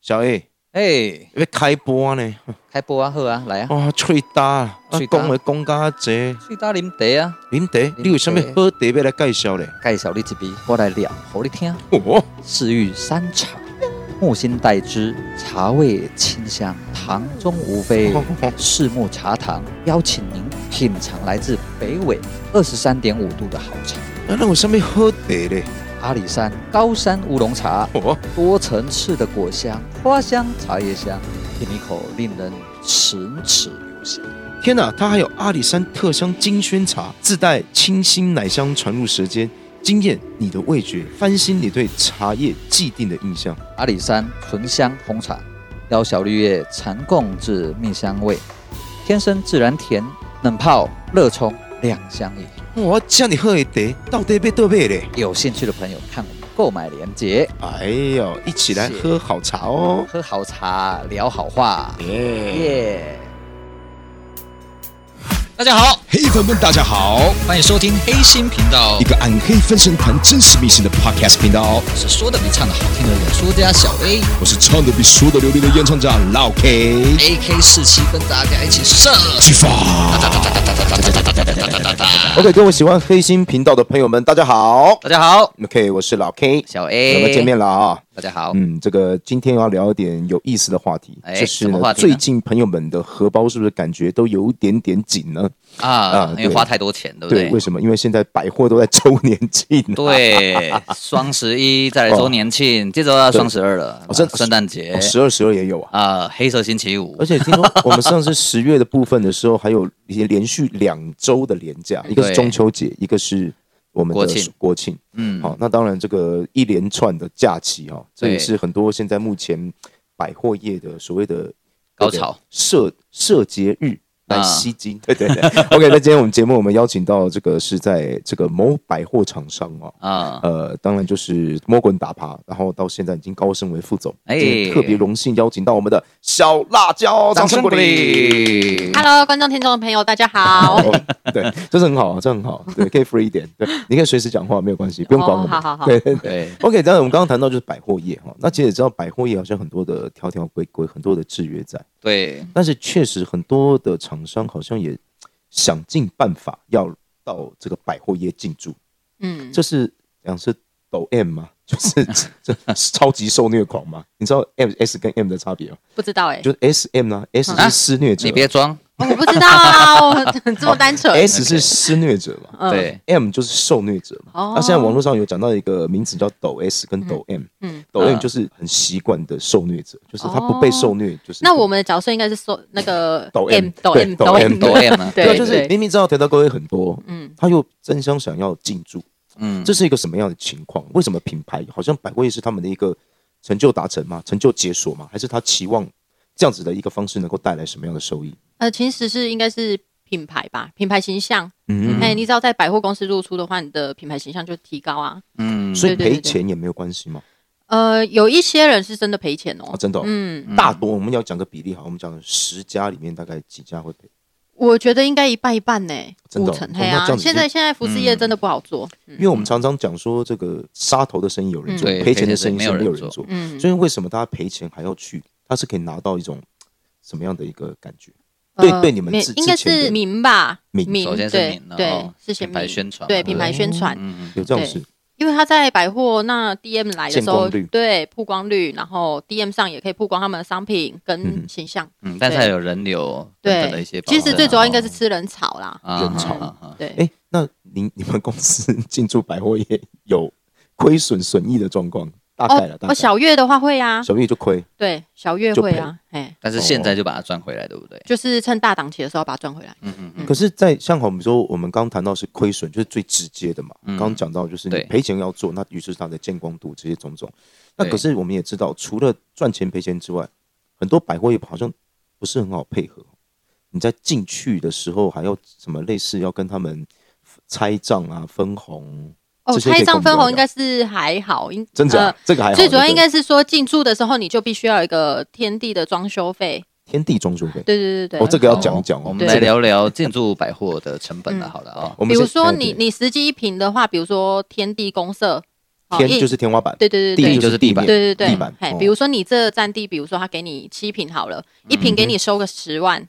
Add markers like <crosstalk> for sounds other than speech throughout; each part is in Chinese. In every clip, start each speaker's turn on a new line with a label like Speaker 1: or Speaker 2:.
Speaker 1: 小 A
Speaker 2: 哎，
Speaker 1: 要开播呢，
Speaker 2: 开播啊，好啊，来啊，
Speaker 1: 哇，喙焦啊，啊
Speaker 2: 喙焦
Speaker 1: 讲话讲甲济，
Speaker 2: 最搭啉茶啊，
Speaker 1: 林德，你有啥物好茶要来介绍咧？
Speaker 2: 介绍你一杯，我来聊，好你听。
Speaker 1: 哦，
Speaker 2: 四玉山茶，木心代之，茶味清香，堂中无非。四木茶堂邀请您品尝来自北纬二十三点五度的好茶，
Speaker 1: 那有啥物好茶咧？
Speaker 2: 阿里山高山乌龙茶，
Speaker 1: 哦，
Speaker 2: 多层次的果香、花香、茶叶香，品一口令人齿齿留香。
Speaker 1: 天哪，它还有阿里山特香金萱茶，自带清新奶香传入舌尖，惊艳你的味觉，翻新你对茶叶既定的印象。
Speaker 2: 阿里山醇香红茶，邀小绿叶禅共至蜜香味，天生自然甜，冷泡热冲两相宜。
Speaker 1: 哇，这你喝的茶到底要倒买咧？
Speaker 2: 有兴趣的朋友看我们购买链接。
Speaker 1: 哎呦，一起来
Speaker 2: 是
Speaker 1: 喝好茶哦！
Speaker 2: 喝好茶，聊好话，
Speaker 1: 耶，
Speaker 2: 耶、大家好，
Speaker 3: 黑粉们，大家好！
Speaker 2: 欢迎收听黑心频道
Speaker 3: 一，个暗黑分身团真实迷信的 podcast 频道，
Speaker 2: 我是说的比唱的好听的演说家小 A。
Speaker 3: 我是唱的比说的流利的演唱家老 K。
Speaker 2: A K 四七跟大家一起射，
Speaker 3: 激发！
Speaker 1: OK，各位喜欢黑心频道的朋友们，大家好。
Speaker 2: 大家好，
Speaker 1: OK，我是老 K，
Speaker 2: 小
Speaker 1: 我
Speaker 2: A，
Speaker 1: 们见面了啊。
Speaker 2: 大家好，
Speaker 1: 嗯，这个今天要聊一点有意思的话题，
Speaker 2: 哎
Speaker 1: 就是
Speaker 2: 什么
Speaker 1: 呢，
Speaker 2: 话题呢
Speaker 1: 最近朋友们的荷包是不是感觉都有一点点紧呢？啊
Speaker 2: 啊，因为
Speaker 1: 对
Speaker 2: 花太多钱，对不
Speaker 1: 对，
Speaker 2: 对
Speaker 1: 为？什么？因为现在百货都在周年庆、啊，
Speaker 2: 对， <laughs> 双十一，再来周年庆，接着要双十二了，
Speaker 1: 哦真
Speaker 2: 圣诞节，
Speaker 1: 十二十二也有啊。
Speaker 2: 啊，黑色星期五
Speaker 1: 而，且听说我们上次十月的部分的时候，还有一些连续两周的连假，一个是
Speaker 2: 哎对
Speaker 1: 中秋节，一个是我们的
Speaker 2: 国庆
Speaker 1: 国庆。
Speaker 2: 嗯，
Speaker 1: 好、那当然这个一连串的假期哈、哦，这也
Speaker 2: 对
Speaker 1: 是很多现在目前百货业的所谓的
Speaker 2: 高潮
Speaker 1: 社社节日。来
Speaker 2: 啊
Speaker 1: 吸金，对 <laughs> 对对。OK，那今天我们节目我们邀请到这个是在这个某百货厂商哦，
Speaker 2: 啊，
Speaker 1: 呃，当然就是摸滚打爬，然后到现在已经高升为副总，
Speaker 2: 哎
Speaker 1: 今天特别荣幸邀请到我们的小辣椒，哦掌声鼓励。
Speaker 2: 励
Speaker 4: Hello，观众听众朋友，大家好。
Speaker 1: 哦，对，这是很好，这很好，对，可以 free 一点，对，你可以随时讲话，没有关系，不用管我
Speaker 4: 哦
Speaker 1: 们。
Speaker 4: 好好好
Speaker 1: 对对 <laughs> 对。
Speaker 2: 对，
Speaker 1: OK，当然我们刚刚谈到就是百货业哈，那其实也知道百货业好像很多的条条规规，很多的制约在，
Speaker 2: 对，
Speaker 1: 但是确实很多的厂商好像也想尽办法要到这个百货业进驻，
Speaker 4: 嗯，
Speaker 1: 这是讲是抖 M 吗？ <laughs> 就是这这超级受虐狂吗？你知道 M S 跟 M 的差别吗？
Speaker 4: 不知道哎、
Speaker 1: 就是 S M 呢、s
Speaker 2: 啊
Speaker 1: 是施虐者
Speaker 2: 你，别装，
Speaker 4: 哦我不知道啊， <laughs> 我这
Speaker 1: 哦
Speaker 4: 么单纯。
Speaker 1: S 是施虐者嘛，
Speaker 4: 嗯
Speaker 2: 对，
Speaker 1: M 就是受虐者嘛。
Speaker 4: 哦
Speaker 1: 那现在网络上有讲到一个名词叫抖 S 跟抖 M，
Speaker 4: 嗯，
Speaker 1: 抖
Speaker 4: 哦
Speaker 1: M 就是很习惯的受虐者，就是他不被受虐，就是
Speaker 4: 那我们的角色应该是说那个
Speaker 1: 抖 M，
Speaker 4: M 抖
Speaker 1: 对
Speaker 4: M
Speaker 1: 抖 M，
Speaker 2: 抖 M 啊
Speaker 1: 对啊，
Speaker 4: <laughs> 对，
Speaker 1: 就是
Speaker 4: 对
Speaker 1: 明明知道调到各位很多，
Speaker 4: 嗯
Speaker 1: 他又争相想要进驻，
Speaker 2: 嗯，
Speaker 1: 这是一个什么样的情况？为什么品牌好像百货业是他们的一个成就达成吗？成就解锁吗？还是他期望这样子的一个方式能够带来什么样的收益？
Speaker 4: 呃，其实是应该是品牌吧，品牌形象。
Speaker 1: 嗯
Speaker 4: 哎、你只要在百货公司露出的话，你的品牌形象就提高啊。
Speaker 2: 嗯，
Speaker 1: 所以
Speaker 4: 对对对
Speaker 1: 赔钱也没有关系吗？
Speaker 4: 呃，有一些人是真的赔钱
Speaker 1: 啊，
Speaker 4: 哦。
Speaker 1: 真的哦、
Speaker 4: 嗯，
Speaker 1: 大多我们要讲个比例好，我们讲十家里面大概几家会赔？
Speaker 4: 我觉得应该一半一半呢、
Speaker 1: 真
Speaker 4: 五
Speaker 1: 的哦
Speaker 4: 成。
Speaker 1: 哦
Speaker 4: 嘿啊
Speaker 1: 那这样，子
Speaker 4: 现在现在服饰业
Speaker 2: 嗯
Speaker 4: 真的不好做。
Speaker 1: 因为我们常常讲说，这个杀头的生意有人做，
Speaker 2: 嗯
Speaker 1: 嗯赔钱的生意是没有人做。
Speaker 4: 嗯，
Speaker 1: 所以为什么大家赔钱还要去？他是可以拿到一种什么样的一个感觉？
Speaker 4: 呃
Speaker 1: 对对你们
Speaker 4: 免
Speaker 1: 之
Speaker 4: 应该
Speaker 1: 之前的
Speaker 4: 是民吧，
Speaker 1: 民
Speaker 2: 首先是
Speaker 4: 对
Speaker 2: 民然
Speaker 4: 对
Speaker 2: 后，
Speaker 4: 是先
Speaker 2: 品牌
Speaker 4: 民
Speaker 2: 宣传
Speaker 4: 对
Speaker 2: 嘛
Speaker 4: 品牌宣传，
Speaker 2: 嗯，嗯
Speaker 1: 有这种
Speaker 4: 对
Speaker 1: 事？
Speaker 4: 因为他在百货那 DM 来的时
Speaker 1: 见
Speaker 4: 候
Speaker 1: 光率，
Speaker 4: 对曝光率，然后 DM 上也可以曝光他们的商品
Speaker 1: 嗯
Speaker 4: 跟形象，
Speaker 2: 嗯，但是还有人流等等的一
Speaker 4: 对
Speaker 2: 些保护，哦
Speaker 4: 其实最主要应该是吃人草啦，
Speaker 1: 人潮
Speaker 2: 啊啊啊
Speaker 4: 对，
Speaker 1: 哎，那您你 <laughs> 们公司进驻百货业有亏损损益的状况？大概了，
Speaker 4: 哦
Speaker 1: 大概
Speaker 4: 哦，小月的话会啊，
Speaker 1: 小月就亏，
Speaker 4: 对，小月会啊，哎，
Speaker 2: 但是现在就把它赚回来，对不
Speaker 1: 哦
Speaker 2: 对？
Speaker 4: 就是趁大档期的时候把它赚回来，
Speaker 2: 嗯嗯嗯，
Speaker 1: 可是，在像我们说，我们刚谈到是亏损，就是最直接的嘛。
Speaker 2: 嗯
Speaker 1: 刚刚讲到就是你
Speaker 2: 对
Speaker 1: 赔钱要做，那于是它的见光度这些种种。那
Speaker 2: 对
Speaker 1: 可是我们也知道，除了赚钱赔钱之外，很多百货业好像不是很好配合。你在进去的时候还要什么类似要跟他们呃拆账啊、分红，
Speaker 4: 哦，
Speaker 1: 这些可以
Speaker 4: 拆
Speaker 1: 跟我
Speaker 4: 账
Speaker 1: 们
Speaker 4: 分
Speaker 1: 聊
Speaker 4: 红
Speaker 1: 聊
Speaker 4: 应该是还好，应
Speaker 1: 真的、
Speaker 4: 呃
Speaker 1: 这个还好。
Speaker 4: 最主要
Speaker 1: 对
Speaker 4: 应该是说进驻的时候你就必须要有一个天地的装修费，
Speaker 1: 天地装修费。
Speaker 4: 对对对对
Speaker 1: 哦，这
Speaker 4: 对。
Speaker 1: 个要讲一讲哦。
Speaker 2: 我们
Speaker 4: 对
Speaker 2: 来聊聊建筑百货
Speaker 4: 嗯
Speaker 2: 的成本了，好了啊，
Speaker 1: 我们
Speaker 4: 比
Speaker 1: 先，
Speaker 4: 如说
Speaker 1: 哎
Speaker 4: 你
Speaker 1: 对
Speaker 4: 你实际一瓶的话，比如说天地公社，好
Speaker 1: 天
Speaker 4: 硬
Speaker 1: 就是天花板，
Speaker 4: 对对对
Speaker 1: 地
Speaker 4: 对
Speaker 1: 就是地面
Speaker 2: 对
Speaker 4: 对对对
Speaker 1: 地板
Speaker 4: 嘿
Speaker 1: 哦嗯
Speaker 4: 比如说你这占地，比如说他给你七平好了，一平给你收个十万，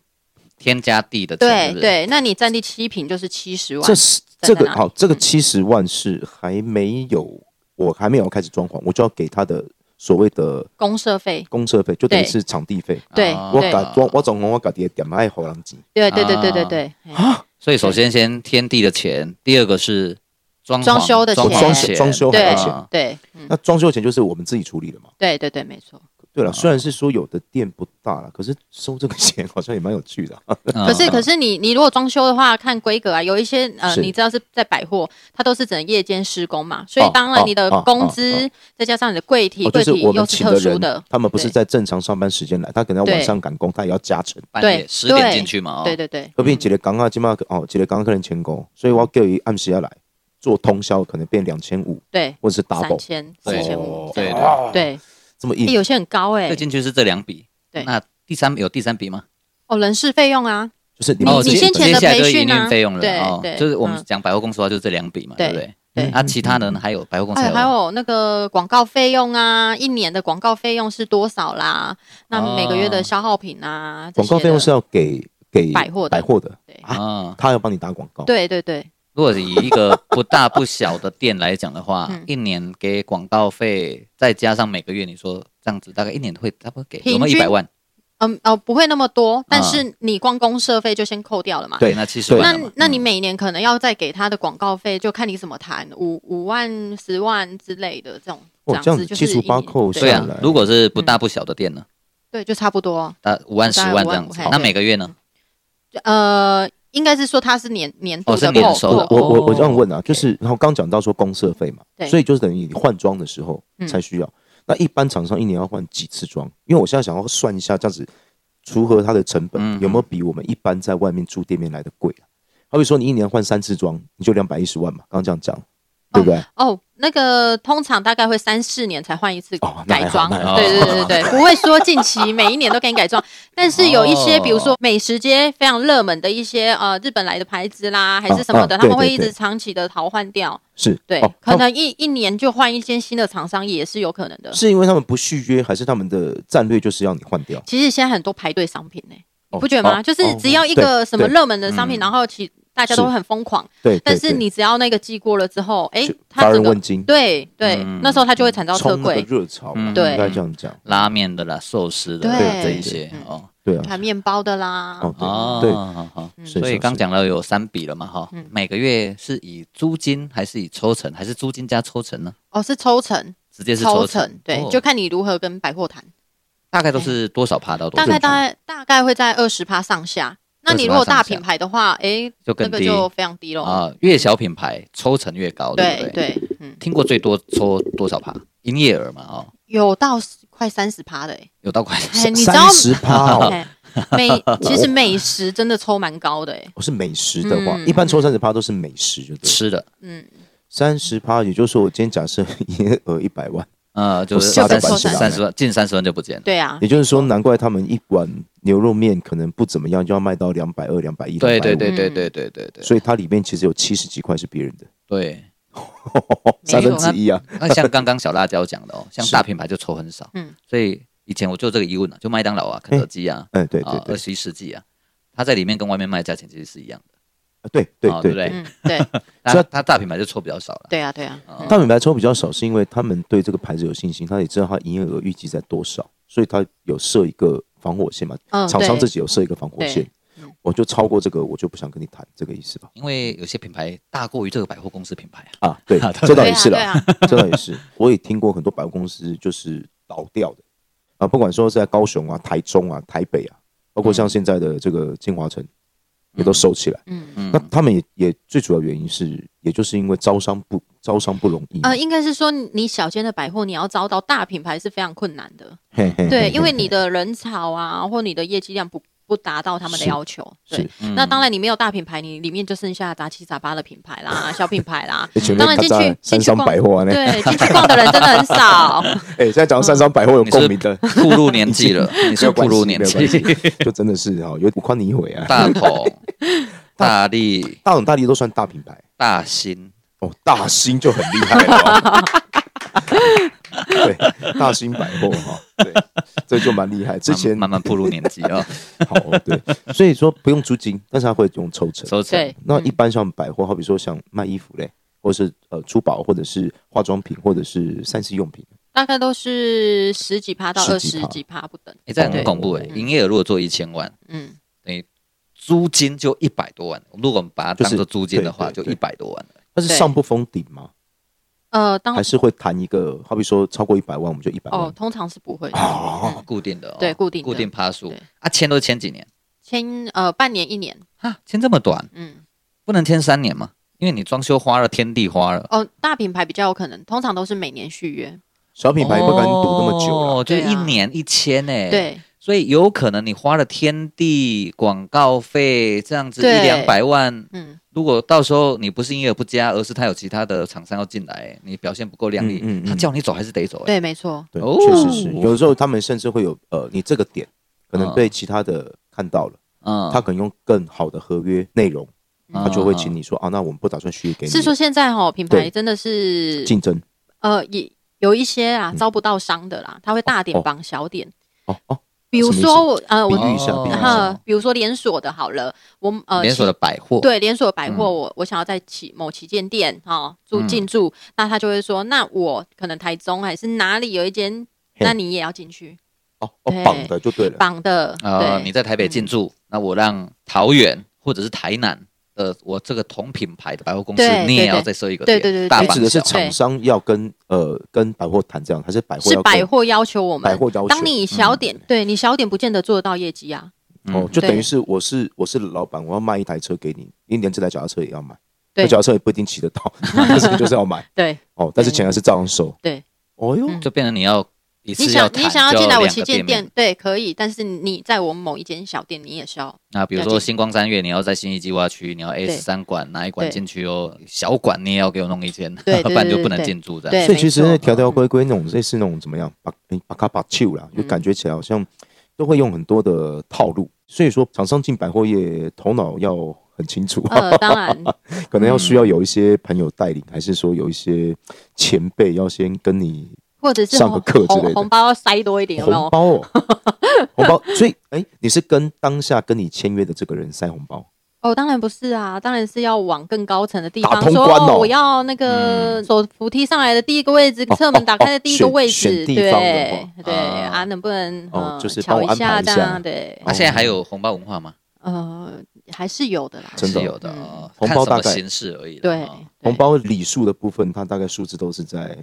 Speaker 2: 天加地的钱，
Speaker 4: 对
Speaker 2: 对不对？
Speaker 4: 对，那你占地七平就是七十万
Speaker 1: 这，是这
Speaker 4: 在
Speaker 1: 个
Speaker 4: 哪嗯
Speaker 1: 好，这个七十万是还没有，我还没有开始装潢，我就要给他的所谓的
Speaker 4: 公社费，
Speaker 1: 公社费，就等于
Speaker 4: 对
Speaker 1: 是场地费。
Speaker 4: 对
Speaker 2: 啊
Speaker 1: 我
Speaker 4: 对哦
Speaker 1: 敢装，我总共我搞点点卖喉狼机，
Speaker 4: 对对对对对
Speaker 2: 啊
Speaker 4: 对，嘿
Speaker 2: 所以首先先天地的钱，第二个是装潢
Speaker 4: 装修的
Speaker 2: 潢
Speaker 4: 钱
Speaker 1: 装修装修
Speaker 4: 对
Speaker 1: 哦还
Speaker 2: 对
Speaker 1: 要钱。
Speaker 2: 啊
Speaker 4: 对，嗯，
Speaker 1: 那装修钱就是我们自己处理的嘛。
Speaker 4: 对对对，没错。
Speaker 1: 对了，虽然是说有的店不大了，可是收这个钱好像也蛮有趣的啊、
Speaker 2: 嗯
Speaker 4: 可是可是你你如果装修的话，看规格啊，有一些呃，
Speaker 1: 是
Speaker 4: 你知道是在百货，它都是只能夜间施工嘛，所以当
Speaker 1: 哦
Speaker 4: 然你的
Speaker 1: 哦
Speaker 4: 工
Speaker 1: 哦
Speaker 4: 资再加上你的柜体，
Speaker 1: 哦，
Speaker 4: 柜
Speaker 1: 就是
Speaker 4: 体
Speaker 1: 我们
Speaker 4: 又是
Speaker 1: 请
Speaker 4: 特殊
Speaker 1: 人，
Speaker 4: 的，
Speaker 1: 他们不是
Speaker 4: 对
Speaker 1: 在正常上班时间来，他可能要晚上赶工，他也要加成。
Speaker 2: 半夜
Speaker 4: 对
Speaker 2: 十点
Speaker 4: 对
Speaker 2: 进去嘛，哦
Speaker 4: 对对对，嗯
Speaker 1: 何必一个港啊，今嘛哦，一个港可能千工，所以我要叫伊按时要来做通宵，可能变两千五
Speaker 4: 对，
Speaker 1: 或者是
Speaker 4: 三
Speaker 1: double，嗯
Speaker 4: 千四
Speaker 2: 对哦
Speaker 4: 千五，
Speaker 2: 对
Speaker 4: 对
Speaker 2: 对，
Speaker 4: 对，
Speaker 1: 哦这么
Speaker 4: 诶
Speaker 1: 硬。
Speaker 4: 有些很高哦哎
Speaker 2: 这，进去是这两笔，
Speaker 4: 对
Speaker 2: 那第三有第三笔吗？哦
Speaker 4: 哦，人事费用啊，
Speaker 1: 就是你
Speaker 4: 你
Speaker 1: 们
Speaker 4: 你
Speaker 1: 自己
Speaker 4: 先
Speaker 2: 接
Speaker 4: 前
Speaker 2: 接
Speaker 4: 的
Speaker 2: 下来就是
Speaker 4: 培
Speaker 2: 营
Speaker 4: 训啊
Speaker 2: 运费用了
Speaker 4: 对
Speaker 2: 哦
Speaker 4: 对
Speaker 2: 就是我们
Speaker 4: 嗯
Speaker 2: 讲百货公司的话，就是这两笔嘛，
Speaker 4: 对
Speaker 2: 对不对？
Speaker 4: 对
Speaker 2: 啊，其他的呢还有百货公司
Speaker 4: 哎，还
Speaker 2: 有
Speaker 4: 有那个广告费用啊，一年的广告费用是多少啦？
Speaker 2: 啊
Speaker 4: 那每个月的消耗品啊，这
Speaker 1: 广告
Speaker 4: 些
Speaker 1: 费用
Speaker 4: 的
Speaker 1: 是要给给
Speaker 4: 百货的
Speaker 1: 百货的，
Speaker 4: 对
Speaker 1: 啊
Speaker 2: 啊。
Speaker 1: 他要帮你打广告。
Speaker 4: 对对对，，
Speaker 2: 如果以一个不大不小的店来讲的话
Speaker 4: <laughs> 嗯
Speaker 2: 一年给广告费，再加上每个月你说这样子，大概一年会差不多给
Speaker 4: 平
Speaker 2: 有没有一
Speaker 4: 均
Speaker 2: 百万？
Speaker 4: 嗯哦，不会那么多，但
Speaker 2: 啊
Speaker 4: 是你光公社费就先扣掉了嘛。
Speaker 1: 对
Speaker 2: 那七十万
Speaker 4: 那
Speaker 2: 了嘛。
Speaker 4: 那你
Speaker 2: 嗯
Speaker 4: 每年可能要再给他的广告费，就看你怎么谈，五五万、十万之类的这种。
Speaker 1: 哦
Speaker 4: 这
Speaker 1: 这样
Speaker 4: 样子
Speaker 1: 子
Speaker 4: 就是
Speaker 1: 七除八
Speaker 4: 一年
Speaker 1: 扣
Speaker 2: 对
Speaker 4: 对
Speaker 2: 啊
Speaker 1: 下来，
Speaker 2: 如果是不大不小的店呢，
Speaker 4: 对，就差不多。
Speaker 2: 大五万十
Speaker 4: 大概
Speaker 2: 万
Speaker 4: 五
Speaker 2: 这
Speaker 4: 万
Speaker 2: 样
Speaker 4: 五
Speaker 2: 子
Speaker 4: 嘿，
Speaker 2: 那每个月呢？
Speaker 4: 呃，应该是说它是年年度
Speaker 2: 哦是
Speaker 4: 的
Speaker 2: 年
Speaker 4: 扣
Speaker 2: 收
Speaker 4: 扣
Speaker 2: 的
Speaker 1: 我我我这样
Speaker 2: 哦
Speaker 1: 问啊，就是然后刚讲到说公社费嘛，
Speaker 4: 对
Speaker 1: 所以就是等于你换装的时候
Speaker 4: 嗯
Speaker 1: 才需要。那一般厂商一年要换几次装？因为我现在想要算一下，这样子除合它的成本、
Speaker 2: 嗯
Speaker 1: 有没有比我们一般在外面租店面来的贵啊好比说你一年换三次装，你就两百一十万嘛，刚刚这样讲，对不对？
Speaker 4: 哦，那个通常大概会三四年才换一次
Speaker 1: 哦那还
Speaker 4: 改
Speaker 1: 好
Speaker 4: 装，
Speaker 1: 那还好
Speaker 4: 对对
Speaker 1: <laughs>
Speaker 4: 对对，对不会说近期每一年都给你改装，但是有一些
Speaker 2: 哦
Speaker 4: 比如说美食街非常热门的一些呃日本来的牌子啦，还是什么的，
Speaker 1: 啊啊
Speaker 4: 他们会
Speaker 1: 对对
Speaker 4: 一
Speaker 1: 对
Speaker 4: 直长期的淘换掉，
Speaker 1: 是
Speaker 4: 对，
Speaker 1: 哦
Speaker 4: 可
Speaker 1: 他
Speaker 4: 能一一年就换一间新的厂商也是有可能的。
Speaker 1: 是因为他们不续约，还是他们的战略就是要你换掉？
Speaker 4: 其实现在很多排队商品呢、
Speaker 1: 哦
Speaker 4: 你不觉得吗？
Speaker 1: 哦
Speaker 4: 就是只要一
Speaker 1: 哦
Speaker 4: 个什么
Speaker 1: 对
Speaker 4: 热门的商品，
Speaker 2: 嗯
Speaker 4: 然后其大家都会很疯狂，
Speaker 1: <laughs> 对，对
Speaker 4: 但是
Speaker 1: 对
Speaker 4: 你只要那个寄过了之后，哎、
Speaker 1: 就
Speaker 4: 它
Speaker 1: 乏人
Speaker 4: 整个
Speaker 1: 问津，
Speaker 4: 对对、
Speaker 2: 嗯
Speaker 4: 那时候它就会产到车
Speaker 1: 冲那个
Speaker 4: 柜，
Speaker 1: 热潮嘛，
Speaker 2: 嗯
Speaker 1: 应
Speaker 4: 对
Speaker 1: 该这样讲，
Speaker 2: 拉面的啦、寿司的啦
Speaker 4: 对
Speaker 2: 这一些
Speaker 4: 嗯
Speaker 2: 哦。
Speaker 1: 对啊，
Speaker 4: 还有面包的啦，
Speaker 1: 哦对
Speaker 2: 哦，
Speaker 1: 对
Speaker 2: 好好
Speaker 4: 嗯
Speaker 1: 是
Speaker 2: 所以
Speaker 1: 是
Speaker 2: 刚
Speaker 1: 是
Speaker 2: 讲到有三笔了嘛，哈
Speaker 4: 嗯，
Speaker 2: 每个月是以租金还是以抽成，还是租金加抽成呢？
Speaker 4: 哦是抽成，
Speaker 2: 直接是
Speaker 4: 抽
Speaker 2: 成
Speaker 4: 成，，对、
Speaker 2: 哦
Speaker 4: 就看你如何跟百货谈，
Speaker 1: 哦
Speaker 2: 大概都是多少趴到多
Speaker 4: 大
Speaker 2: 少，
Speaker 4: 概大概大概会在二十趴上下。那你
Speaker 2: 20%
Speaker 4: 如果大
Speaker 2: 上下
Speaker 4: 品牌的话，哎、
Speaker 2: 就
Speaker 4: 那
Speaker 2: 更
Speaker 4: 个
Speaker 2: 低
Speaker 4: 就非常低喽、
Speaker 2: 啊，越小品牌抽成越高，
Speaker 4: 对
Speaker 2: 不对？
Speaker 4: 对，嗯，
Speaker 2: 听过最多抽多少趴？营业额嘛，哦，
Speaker 4: 有到快三十趴的、欸，
Speaker 2: 有到快
Speaker 4: 哎，你知道
Speaker 1: 三十
Speaker 4: <laughs>
Speaker 1: 趴哦。
Speaker 4: 哎
Speaker 1: <laughs>
Speaker 4: 美其实美食真的抽蛮高的哎、
Speaker 1: 哦我是美食的话，
Speaker 4: 嗯
Speaker 1: 一般抽三十趴都是美食，就对了。
Speaker 2: 吃的，
Speaker 4: 嗯，
Speaker 1: 三十趴，也就是说，我今天假设 <laughs> 营业额一百万，
Speaker 2: 呃，就是
Speaker 1: 就
Speaker 4: 被
Speaker 2: 三
Speaker 4: 抽
Speaker 2: 十
Speaker 4: 成
Speaker 2: 三十万，近三十万就不见了。
Speaker 4: 对啊
Speaker 1: 也，就是说，难怪他们一碗牛肉面可能不怎么样，就要卖到两百二、两百一、
Speaker 2: 对对
Speaker 1: 250
Speaker 2: 对对
Speaker 4: 嗯
Speaker 2: 对对对对
Speaker 1: 所以它里面其实有七十几块是别人的， <laughs>
Speaker 2: 对。 <laughs>
Speaker 1: 三分之一啊。
Speaker 2: 那像刚刚小辣椒讲的哦，像
Speaker 1: 是
Speaker 2: 大品牌就抽很少，
Speaker 4: 嗯
Speaker 2: 所以以前我就有这个疑问了，就麦当劳啊、肯德基啊，
Speaker 1: 嗯，对对
Speaker 2: 啊，
Speaker 1: 对
Speaker 2: 二，十一世纪啊，它在里面跟外面卖的价钱其实是一样的，
Speaker 1: 啊对对
Speaker 2: 哦
Speaker 1: 对
Speaker 2: 对不对
Speaker 1: 对。
Speaker 4: 嗯，对
Speaker 1: 所
Speaker 2: 那
Speaker 1: 以
Speaker 2: 它大品牌就抽比较少了。
Speaker 4: 对啊，对啊，嗯
Speaker 1: 大品牌抽比较少，是因为他们对这个牌子有信心，他也知道它营业额预计在多少，所以他有设一个防火线嘛。
Speaker 4: 嗯
Speaker 1: 厂商
Speaker 4: 对
Speaker 1: 自己有设一个防火线
Speaker 4: 对嗯，
Speaker 1: 我就超过这个，我就不想跟你谈这个意思吧。
Speaker 2: 因为有些品牌大过于这个百货公司品牌啊，
Speaker 1: 啊，对，这倒
Speaker 4: 对
Speaker 1: 也
Speaker 4: 啊，
Speaker 1: 是
Speaker 4: 对
Speaker 1: 了。
Speaker 4: 啊，
Speaker 1: 这倒也是，我也听过很多百货公司就是倒掉的啊，不管说是在高雄啊、台中啊、台北啊，包括像现在的这个金华城，也都收起来。
Speaker 4: 嗯。
Speaker 2: 嗯
Speaker 1: 那，他们也也最主要原因是，也就是因为招商不招商不容易嘛。
Speaker 4: 呃，应该是说你小间的百货，你要招到大品牌是非常困难的，
Speaker 1: 嘿嘿嘿
Speaker 4: 对，
Speaker 1: 嘿
Speaker 4: 因为你的人潮啊，或你的业绩量不不达到他们的
Speaker 1: 是
Speaker 4: 要求，
Speaker 1: 是。
Speaker 4: 对。
Speaker 2: 嗯 <laughs>
Speaker 4: 那当然，你没有大品牌，你里面就剩下杂七杂八的品牌啦、小品牌啦
Speaker 1: <laughs> 前面
Speaker 4: 当然
Speaker 1: 咔
Speaker 4: 进去
Speaker 1: 嚓
Speaker 4: 进
Speaker 1: 三
Speaker 4: 去
Speaker 1: 商
Speaker 4: 逛
Speaker 1: 百货啊，那 <laughs>
Speaker 4: 对，进去逛的人真的很少。
Speaker 1: 哎，现在讲三商百货有
Speaker 2: 你是
Speaker 1: 共鸣的，
Speaker 2: 暴露年
Speaker 1: <laughs>
Speaker 2: 纪了，嗯你是暴露年
Speaker 1: 没有
Speaker 2: 纪，
Speaker 1: 就真的是哦，有我夸你一回啊。
Speaker 2: 大同、
Speaker 1: <laughs>
Speaker 2: 大力、
Speaker 1: 大勇大力都算大品牌
Speaker 2: 大新，
Speaker 1: 哦，大兴就很厉害了哦。哦大兴百货哈、对，这就蛮厉害。之前
Speaker 2: 慢慢慢慢步入年纪
Speaker 1: <laughs>
Speaker 2: 啊，
Speaker 1: 好对，所以说不用租金，但是他会用抽成。
Speaker 2: 收成
Speaker 4: 对，
Speaker 1: 那一
Speaker 4: 嗯
Speaker 1: 般像百货，好比说像卖衣服嘞，或是呃珠宝，或者是化妆品，或者是三 C 用品，
Speaker 4: 大概都是十几趴到
Speaker 1: 十
Speaker 4: 二
Speaker 1: 几
Speaker 4: 十
Speaker 1: 趴
Speaker 4: 几趴不等。
Speaker 2: 哎，这很
Speaker 1: 对
Speaker 2: 恐怖哎，营业额如果做一千万，
Speaker 4: 嗯，
Speaker 2: 租金就一百多万。如果我们把它
Speaker 1: 就
Speaker 2: 当
Speaker 1: 是
Speaker 2: 做租金的话，
Speaker 1: 对
Speaker 2: 就
Speaker 1: 对
Speaker 2: 一百多万了。
Speaker 1: 它是
Speaker 4: 对
Speaker 1: 上不封顶吗？
Speaker 4: 呃，当
Speaker 1: 还是会谈一个，好比说超过一百万，我们就一百万。
Speaker 4: 哦，通常是不会的。
Speaker 1: 哦
Speaker 4: 嗯
Speaker 2: 固定的哦，
Speaker 4: 对固定的
Speaker 2: 固定趴数
Speaker 4: 对
Speaker 2: 啊，签都是签几年
Speaker 4: 签呃半年一年，
Speaker 2: 啊？签这么短，
Speaker 4: 嗯，
Speaker 2: 不能签三年吗？因为你装修花了，天地花了，
Speaker 4: 哦，大品牌比较有可能，通常都是每年续约。
Speaker 1: 小品牌也不敢赌那么久了。
Speaker 2: 哦，就
Speaker 4: 对啊
Speaker 2: 一年一千呢。，
Speaker 4: 对，
Speaker 2: 所以有可能你花了天地广告费这样子
Speaker 4: 对
Speaker 2: 一两百万，
Speaker 4: 嗯，
Speaker 2: 如果到时候你不是营业额不佳，而是他有其他的厂商要进来，你表现不够亮丽，
Speaker 1: 嗯嗯嗯
Speaker 2: 他叫你走还是得走、哎，
Speaker 4: 对，没错，
Speaker 1: 对，
Speaker 2: 哦
Speaker 1: 确实是。有的时候他们甚至会有呃，你这个点可能被其他的看到了，
Speaker 2: 嗯
Speaker 1: 他可能用更好的合约内容，他就会
Speaker 2: 哦
Speaker 1: 请你说啊，那我们不打算续约给你。
Speaker 4: 是说现在哈、品
Speaker 1: 对
Speaker 4: 牌真的是
Speaker 1: 竞争
Speaker 4: 呃也有一些啊
Speaker 1: 嗯
Speaker 4: 招不到商的啦，他会大
Speaker 1: 哦
Speaker 4: 点绑小点，
Speaker 1: 哦哦，
Speaker 4: 比如
Speaker 1: 什么意思
Speaker 4: 说我呃
Speaker 1: 比
Speaker 4: 我
Speaker 1: 喻一下，
Speaker 2: 哦
Speaker 1: 比喻一
Speaker 4: 哈
Speaker 1: 下
Speaker 2: 嗯，
Speaker 4: 比如说连锁的好了，我呃
Speaker 2: 连锁
Speaker 4: 其
Speaker 2: 的百货，
Speaker 4: 对连锁百货，
Speaker 2: 嗯
Speaker 4: 我我想要在旗某旗舰店哈、哦、住
Speaker 2: 嗯
Speaker 4: 进驻，那他就会说，那我可能台中还是哪里有一间，
Speaker 1: 嘿
Speaker 4: 那你也要进去
Speaker 1: 哦哦，
Speaker 4: 对
Speaker 1: 绑的就对了。
Speaker 4: 绑的，
Speaker 2: 呃，
Speaker 4: 对
Speaker 2: 你在台北进驻，那我让桃园或者是台南的我这个同品牌的百货公司，
Speaker 4: 对
Speaker 2: 你也
Speaker 4: 对
Speaker 2: 要
Speaker 4: 对
Speaker 2: 再设一个
Speaker 4: 对
Speaker 2: 点
Speaker 4: 对对
Speaker 2: 大
Speaker 1: 你
Speaker 2: 阪
Speaker 1: 指的是
Speaker 2: 小
Speaker 1: 厂
Speaker 4: 对
Speaker 1: 商要跟呃跟百货谈这样，还是百货
Speaker 4: 是
Speaker 1: 要跟
Speaker 4: 百货要求我们，
Speaker 1: 百货要求嗯
Speaker 4: 当你小点，对你小点不见得做得到业绩啊。
Speaker 1: 哦，就
Speaker 4: 对
Speaker 1: 等于是我是我是老板，我要卖一台车给你，你连这台脚踏车也要买，
Speaker 4: 对
Speaker 1: 那脚踏车也不一定骑得到， <laughs> 但是你就是要买
Speaker 4: 对
Speaker 1: 哦，但是钱还是照样收。
Speaker 4: 对，
Speaker 1: 哦哟，
Speaker 4: 嗯
Speaker 2: 就变成你要一
Speaker 4: 你
Speaker 2: 次
Speaker 4: 想，
Speaker 2: 谈
Speaker 4: 你想要进来我旗
Speaker 2: 就
Speaker 4: 舰
Speaker 2: 两
Speaker 4: 店
Speaker 2: 个面，
Speaker 4: 对，可以，但是你在我某一间小店，你也是
Speaker 1: <laughs>
Speaker 4: 要
Speaker 2: 那比如
Speaker 4: 要
Speaker 2: 说
Speaker 4: 进
Speaker 2: 星光三月，你要在新一计划区，你要 A
Speaker 4: 对
Speaker 2: 十三馆哪一馆
Speaker 4: 对
Speaker 2: 进去哦，小馆你也要给我弄一间，
Speaker 4: 对对
Speaker 2: 不然就
Speaker 4: 对
Speaker 2: 不能
Speaker 4: 对
Speaker 2: 进驻这样。
Speaker 4: 嗯对
Speaker 1: 所以其实
Speaker 4: 没错
Speaker 1: 那条条规规那种类似那种怎么样，把诶把卡把球啦，就
Speaker 4: 嗯
Speaker 1: 感觉起来好像都会用很多的套路。所以说，厂商进百货业头脑要很清楚，
Speaker 4: 呃，当然，
Speaker 1: <laughs> 可能要需
Speaker 2: 嗯
Speaker 1: 要有一些朋友带领，还是说有一些前辈要先跟你
Speaker 4: 或者是
Speaker 1: 上个
Speaker 4: 红
Speaker 1: 课之类
Speaker 4: 红
Speaker 1: 的
Speaker 4: 红包要塞多一点，有没
Speaker 1: 红
Speaker 4: 有？
Speaker 1: 包
Speaker 2: <laughs>
Speaker 1: 哦，红包。所以，哎、你是跟当下跟你签约的这个人塞红包，
Speaker 4: 哦，当然不是啊，当然是要往更高层的地方
Speaker 1: 打通
Speaker 4: 说，
Speaker 1: 关哦嗯
Speaker 4: 我要那个走扶梯上来的第一个位置，
Speaker 1: 哦
Speaker 4: 侧门打开的第一个位
Speaker 1: 选选
Speaker 4: 置，
Speaker 1: 地方的
Speaker 4: 对
Speaker 1: 话
Speaker 4: 对
Speaker 2: 啊
Speaker 4: 啊，能不能
Speaker 1: 哦
Speaker 4: 嗯
Speaker 1: 就是帮
Speaker 4: 瞧
Speaker 1: 我安排
Speaker 4: 下
Speaker 1: 一
Speaker 4: 这
Speaker 1: 下
Speaker 4: 样？对，
Speaker 2: 他现在还有红包文化吗？
Speaker 4: 呃，还是有的啦，
Speaker 1: 真的
Speaker 2: 是有的
Speaker 4: 嗯
Speaker 2: 哦，
Speaker 1: 红
Speaker 2: 看
Speaker 1: 包
Speaker 2: 什么
Speaker 1: 大概
Speaker 2: 形式而已啦。
Speaker 4: 对
Speaker 2: 哦，
Speaker 1: 红包礼数的部分，它大概数字都是在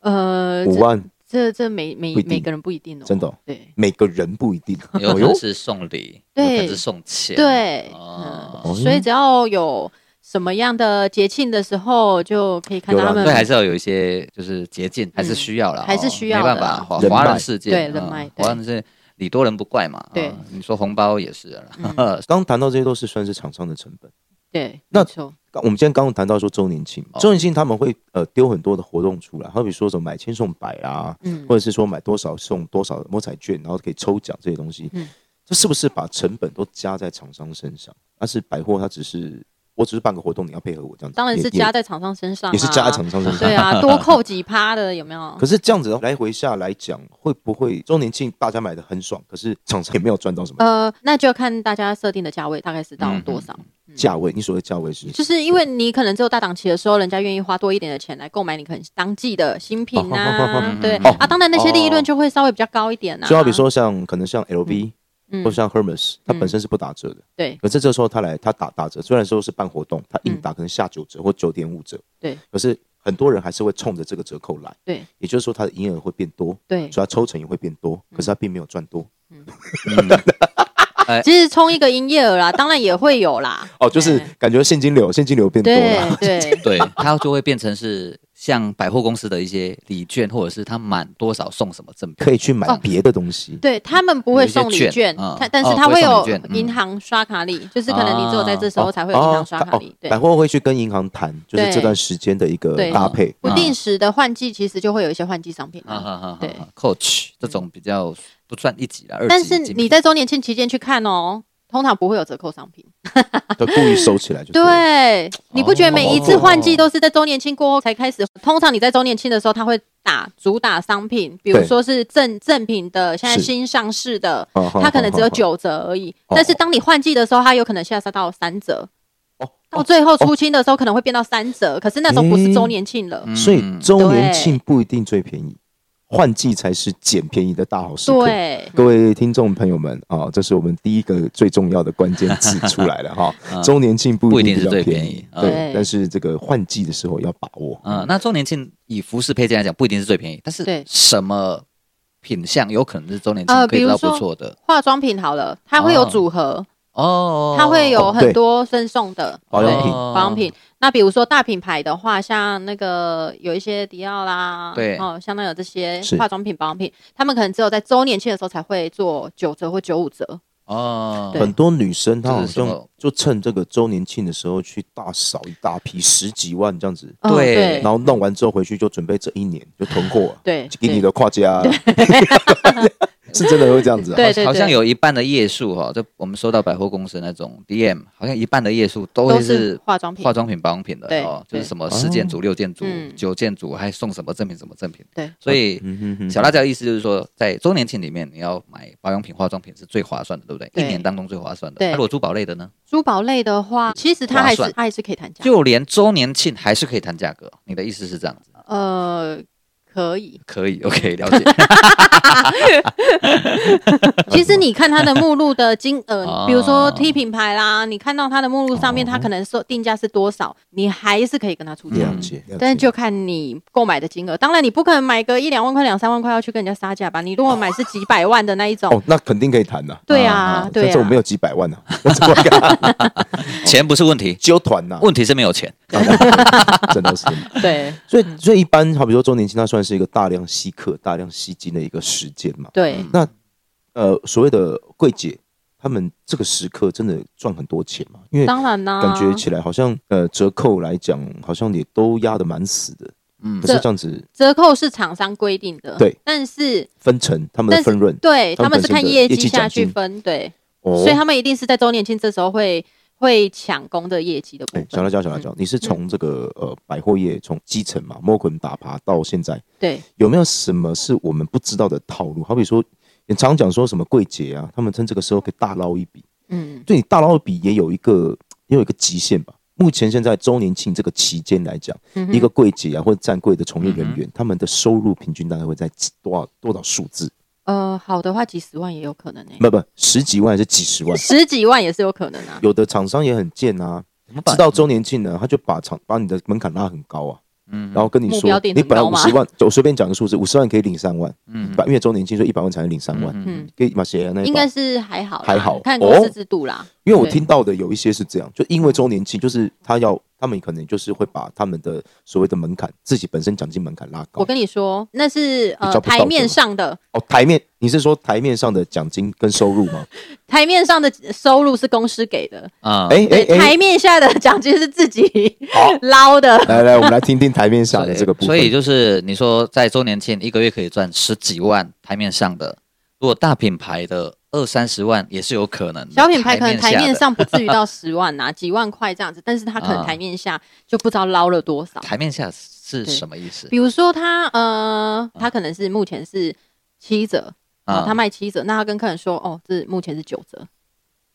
Speaker 4: 呃，
Speaker 1: 五
Speaker 4: 这
Speaker 1: 万，
Speaker 4: 这这每每
Speaker 1: 不一定
Speaker 4: 每个人不一定哦，
Speaker 1: 真的哦、
Speaker 4: 对
Speaker 1: 每个人不一定。
Speaker 2: <laughs> 有可
Speaker 1: 哦
Speaker 2: 能
Speaker 1: 哟
Speaker 2: 是送礼，有
Speaker 4: 对
Speaker 2: 可能是送钱，
Speaker 4: 对，
Speaker 2: 哦
Speaker 1: 哦
Speaker 4: 嗯，所以只要有什么样的节庆的时候，就可以看到
Speaker 1: 有啦
Speaker 4: 他们
Speaker 2: 对，还是要有一些就是捷径，还是需要了，哦
Speaker 4: 嗯还是需要
Speaker 2: 没
Speaker 4: 的
Speaker 2: 办法，华
Speaker 1: 人脉
Speaker 2: 华人世界，
Speaker 4: 对
Speaker 2: 嗯
Speaker 4: 人脉对
Speaker 2: 华人是礼多人不怪嘛，
Speaker 4: 对嗯
Speaker 2: 嗯你说红包也是啊 <laughs> 啦，
Speaker 1: 刚谈到这些都是算是厂商的成本。
Speaker 4: 对，
Speaker 1: 那
Speaker 4: 没错，
Speaker 1: 刚我们今天刚刚谈到说周年庆嘛，
Speaker 2: 哦
Speaker 1: 周年庆他们会呃丢很多的活动出来，好比说什么买千送百啊啦，
Speaker 4: 嗯
Speaker 1: 或，者是说买多少送多少的摸彩券，然后可以抽奖这些东西，
Speaker 4: 嗯
Speaker 1: 这是不是把成本都加在厂商身上？但是百货它只是我只是办个活动，你要配合我这样子，
Speaker 4: 当然
Speaker 1: 也
Speaker 4: 是加在厂商身上，啊
Speaker 1: 也也是加在，厂商身上。
Speaker 4: 对
Speaker 1: <laughs>
Speaker 4: 啊，多扣几趴的有没有
Speaker 1: 可？是这样子来回下来讲，会不会周年庆大家买的很爽，可是厂商也没有赚到什么
Speaker 4: 呃，那就要看大家设定的价位大概是到多
Speaker 1: 嗯
Speaker 4: 少，
Speaker 1: 价位？你所谓价位是
Speaker 4: 嗯就是因为你可能只有大档期的时候，人家愿意花多一点的钱来购买你可能当季的新品啊，对
Speaker 1: 哦
Speaker 4: 啊，当然那些利
Speaker 1: 哦
Speaker 4: 润就会稍微比较高一点啊，
Speaker 1: 就好比说像可能像 LV
Speaker 4: 嗯，
Speaker 1: 或像 Hermes，它
Speaker 4: 嗯
Speaker 1: 本身是不打折的，
Speaker 4: 对
Speaker 1: 可是这时候他来，他打打折，虽然说是办活动，他硬
Speaker 4: 嗯
Speaker 1: 打可能下九折或九点五折，
Speaker 4: 对，
Speaker 1: 可是很多人还是会冲着这个折扣来，
Speaker 4: 对，
Speaker 1: 也就是说他的营业额会变多，
Speaker 4: 对，嗯
Speaker 1: 所以他抽成也会变多，可是他并没有赚多。
Speaker 2: 嗯
Speaker 4: 其实冲一个营业额啦，当然也会有啦。
Speaker 1: 哦，就是
Speaker 4: 哎
Speaker 1: 感觉现金流，现 <laughs> 金流变多
Speaker 4: 对
Speaker 1: 了。
Speaker 4: 对
Speaker 2: 对，它就会变成是像百货公司的一些礼券，或者是他满多少送什么赠品，
Speaker 1: 可以去买
Speaker 4: 哦
Speaker 1: 别的东西，
Speaker 4: 对，他们不会送
Speaker 2: 有一
Speaker 4: 礼
Speaker 2: 些券
Speaker 4: 券
Speaker 2: 嗯，
Speaker 4: 他但是
Speaker 2: 哦
Speaker 4: 他
Speaker 2: 不会
Speaker 4: 会
Speaker 2: 送
Speaker 4: 有
Speaker 2: 礼券嗯啊
Speaker 4: 银行刷卡礼，就是可能你只有在这时候才会有银
Speaker 1: 哦
Speaker 4: 行刷卡
Speaker 1: 哦
Speaker 4: 礼。对
Speaker 1: 百，货会去跟银行谈，就是
Speaker 4: 对
Speaker 1: 这段时间的一个
Speaker 4: 对
Speaker 1: 搭
Speaker 4: <laughs>
Speaker 1: 配。
Speaker 4: 不定时的换季其实就会有一些换季商品
Speaker 2: 啊哈
Speaker 4: 啊啦。
Speaker 2: 啊哈哈哈
Speaker 4: 对
Speaker 2: 哈，Coach 这种比较不算一级了，二级
Speaker 4: 但是
Speaker 2: 精
Speaker 4: 你
Speaker 2: 品
Speaker 4: 在周年庆期间去看哦，通常不会有折扣商品。
Speaker 1: 就故意收起来就对了。
Speaker 4: 对，你不觉得每一次换季都是在周年庆过后才开始？通常你在周年庆的时候，它会打主打商品，比如
Speaker 1: 对
Speaker 4: 说是正正品的，现在
Speaker 1: 是
Speaker 4: 新上市的，
Speaker 1: 哦好
Speaker 4: 它可能只有
Speaker 1: 好好
Speaker 4: 九折而已。
Speaker 1: 哦
Speaker 4: 但是当你换季的时候，它有可能下杀到三折。
Speaker 1: 哦嗯
Speaker 4: 到最后出清的时候，可能会变到三折，可是那时候不是周年庆了。
Speaker 1: 所以
Speaker 2: 嗯
Speaker 1: 周年庆不一定最便宜，换季才是捡便宜的大好时刻。
Speaker 4: 对，
Speaker 1: 各位听众朋友们啊、这是我们第一个最重要的关键字出来了
Speaker 2: <laughs>
Speaker 1: 哈、周年庆不一定比较
Speaker 2: 啊不一定是最
Speaker 1: 便
Speaker 2: 便宜
Speaker 1: 宜，
Speaker 2: 嗯
Speaker 1: 对
Speaker 4: 对，
Speaker 1: 但是这个换季的时候要把握。
Speaker 2: 嗯，那周年庆以服饰配件来讲，不一定是最便宜，但是
Speaker 4: 对
Speaker 2: 什么品相有可能是周年庆
Speaker 4: 呃
Speaker 2: 可以得到
Speaker 4: 比如
Speaker 2: 不
Speaker 4: 说
Speaker 2: 错的
Speaker 4: 化妆品好了，它会有组合，
Speaker 2: 哦，
Speaker 4: 它会有
Speaker 1: 哦
Speaker 4: 很
Speaker 1: 对哦
Speaker 4: 多分送的
Speaker 1: 保养品
Speaker 4: 对保养品。那比如说大品牌的话，像那个有一些迪奥啦，
Speaker 2: 对
Speaker 4: 哦，香奈儿这些
Speaker 1: 是
Speaker 4: 化妆品、保养品，他们可能只有在周年庆的时候才会做九折或九五折。
Speaker 2: 哦，
Speaker 4: 对
Speaker 1: 很多女生她
Speaker 2: 这
Speaker 1: 好
Speaker 2: 个时候
Speaker 1: 像就趁这个周年庆的时候去大扫一大批，十几万这样子，
Speaker 4: 嗯
Speaker 2: 对
Speaker 4: 对
Speaker 1: 然后弄完之后回去就准备这一年就囤货、啊，
Speaker 4: 对
Speaker 1: 给你的跨家、啊 <laughs> 是真的会这样子、啊。
Speaker 4: 对对
Speaker 2: 好像有一半的页数哈，就我们收到百货公司那种 DM，好像一半的页数都
Speaker 4: 都
Speaker 2: 会
Speaker 4: 是化妆品
Speaker 2: 化。妆品、保养品的
Speaker 4: 对
Speaker 2: 哦，就
Speaker 4: 对
Speaker 2: 是什么四件组、六件组、
Speaker 4: 嗯
Speaker 2: 九件组，还送什么赠品、什么赠品。
Speaker 4: 对，
Speaker 2: 所以
Speaker 1: 嗯哼哼
Speaker 2: 小辣椒的意思就是说，在周年庆里面，你要买保养品、化妆品是最划算的，对不对？
Speaker 4: 对
Speaker 2: 一年当中最划算的。
Speaker 4: 对
Speaker 2: 那如果珠宝类的呢？
Speaker 4: 珠宝类的话，其实它
Speaker 2: 划
Speaker 4: 还
Speaker 2: 算
Speaker 4: 是它还是可以谈价，
Speaker 2: 就连周年庆还是可以谈价格。你的意思是这样子？
Speaker 4: 呃，可
Speaker 1: <laughs>
Speaker 4: 以。
Speaker 2: 可以，OK，了 <laughs> 解。
Speaker 4: 其实你看它的目录的金
Speaker 1: 哦
Speaker 2: 啊
Speaker 4: 额，比如说 T 品牌啦，你看到它的目录上面，它可能说定价是多少，你还是可以跟它出价
Speaker 1: 嗯了。解，
Speaker 2: 嗯
Speaker 1: 了解
Speaker 4: 但是就看你购买的金额，当然你不可能买个一两万块、两三万块要去跟人家杀价吧？你如果买是几百万的那一种，
Speaker 1: 哦，那肯定可以谈呐、
Speaker 4: 对
Speaker 2: 啊
Speaker 4: 啊，对
Speaker 1: 但是我没
Speaker 4: 啊，
Speaker 1: 有几百万呐、 <laughs> 我怎么敢
Speaker 2: 钱不是问题，
Speaker 1: 揪团呐、
Speaker 2: 问题是没有钱。
Speaker 1: <laughs> 真的是。
Speaker 4: 对
Speaker 1: 所以，所以一般，好比说周年庆，它算是一个大量吸客、大量吸金的一个时间嘛。
Speaker 4: 对
Speaker 2: 嗯
Speaker 1: 呃，所谓的柜姐，他们这个时刻真的赚很多钱嘛？因为
Speaker 4: 当然啦，
Speaker 1: 感觉起来好像，呃，折扣来讲，好像也都压得蛮死的。
Speaker 2: 嗯
Speaker 1: 可是
Speaker 4: 这
Speaker 1: 这样子
Speaker 4: 折扣是厂商规定的，
Speaker 1: 对，
Speaker 4: 但是
Speaker 1: 分成他们的
Speaker 4: 但是
Speaker 1: 分润，
Speaker 4: 对
Speaker 1: 他
Speaker 4: 他
Speaker 1: 们
Speaker 4: 们是看业
Speaker 1: 本身的业绩
Speaker 4: 绩下
Speaker 1: 奖金
Speaker 4: 去分，对，
Speaker 1: 哦
Speaker 4: 所以他们一定是在周年庆这时候会会抢攻这业绩的部
Speaker 1: 哎小辣
Speaker 4: 分，
Speaker 1: 椒，小辣椒，你是从这个呃百货业从基层嘛摸滚打爬到现在，
Speaker 4: 嗯对
Speaker 1: 有没有什么是我们不知道的套路？好比说，也常讲说什么柜姐啊，他们趁这个时候可以大捞一笔。
Speaker 4: 嗯，
Speaker 1: 对你大捞一笔也有一个也有一个极限吧。目前现在周年庆这个期间来讲，
Speaker 4: 嗯哼
Speaker 1: 一个柜姐啊或者站柜的从业人
Speaker 2: 嗯
Speaker 1: 员，他们的收入平均大概会在几多少多少数字？
Speaker 4: 呃，好的话几十万也有可能呢，
Speaker 1: 不不，十几万还是几十万？
Speaker 4: 十几万也是有可能啊，
Speaker 1: 有的厂商也很贱啊，
Speaker 2: 怎么办
Speaker 1: 知道周年庆呢，他就把厂把你的门槛拉很高啊，
Speaker 2: 嗯
Speaker 1: 然后跟你
Speaker 4: 目
Speaker 1: 说
Speaker 4: 标，定
Speaker 1: 你
Speaker 4: 很
Speaker 1: 本来
Speaker 4: 高
Speaker 1: 五
Speaker 4: 吗
Speaker 1: 十万，我随便讲个数字，五十万可以领三万，
Speaker 2: 嗯
Speaker 1: 因为周年庆所以一百万才能领三万，
Speaker 2: 嗯
Speaker 4: 嗯，
Speaker 1: 可以把谁啊那一
Speaker 4: 应
Speaker 1: 把
Speaker 4: 该是还好啦，
Speaker 1: 还好
Speaker 4: 看公
Speaker 1: 哦
Speaker 4: 司制度啦，
Speaker 1: 因为我
Speaker 4: 对
Speaker 1: 听到的有一些是这样，就因为周年庆，就是他要他们可能就是会把他们的所谓的门槛，自己本身奖金门槛拉高
Speaker 4: 我。跟你说，那是
Speaker 1: 哦比
Speaker 4: 呃
Speaker 1: 较不道德
Speaker 4: 台面上的，
Speaker 1: 哦，台面，你是说台面上的奖金跟收入吗？
Speaker 4: 台面上的收入是公司给的，
Speaker 2: 啊，
Speaker 1: 哎哎
Speaker 4: 台
Speaker 1: 哎，
Speaker 4: 面下的奖金是自己
Speaker 1: 好，
Speaker 4: 捞的。
Speaker 1: 来来，我们来听听台面上
Speaker 2: 所
Speaker 1: 的
Speaker 2: 以
Speaker 1: 这个部分。
Speaker 2: 所以就是你说在周年庆一个月可以赚十几万，台面上的，如果大品牌的二三十万也是有可能的。
Speaker 4: 小品牌可能
Speaker 2: 下
Speaker 4: 台
Speaker 2: 的
Speaker 4: 面。上不至于到十万呐、啊几万块这样子，但是他可
Speaker 2: 啊
Speaker 4: 能台面下就不知道捞了多少。
Speaker 2: 台面下是
Speaker 4: 对
Speaker 2: 什么意思
Speaker 4: 比？如说他呃，他可能是目前是七折，
Speaker 2: 啊
Speaker 4: 哦，他卖七折，那他跟客人说哦，这目前是九折，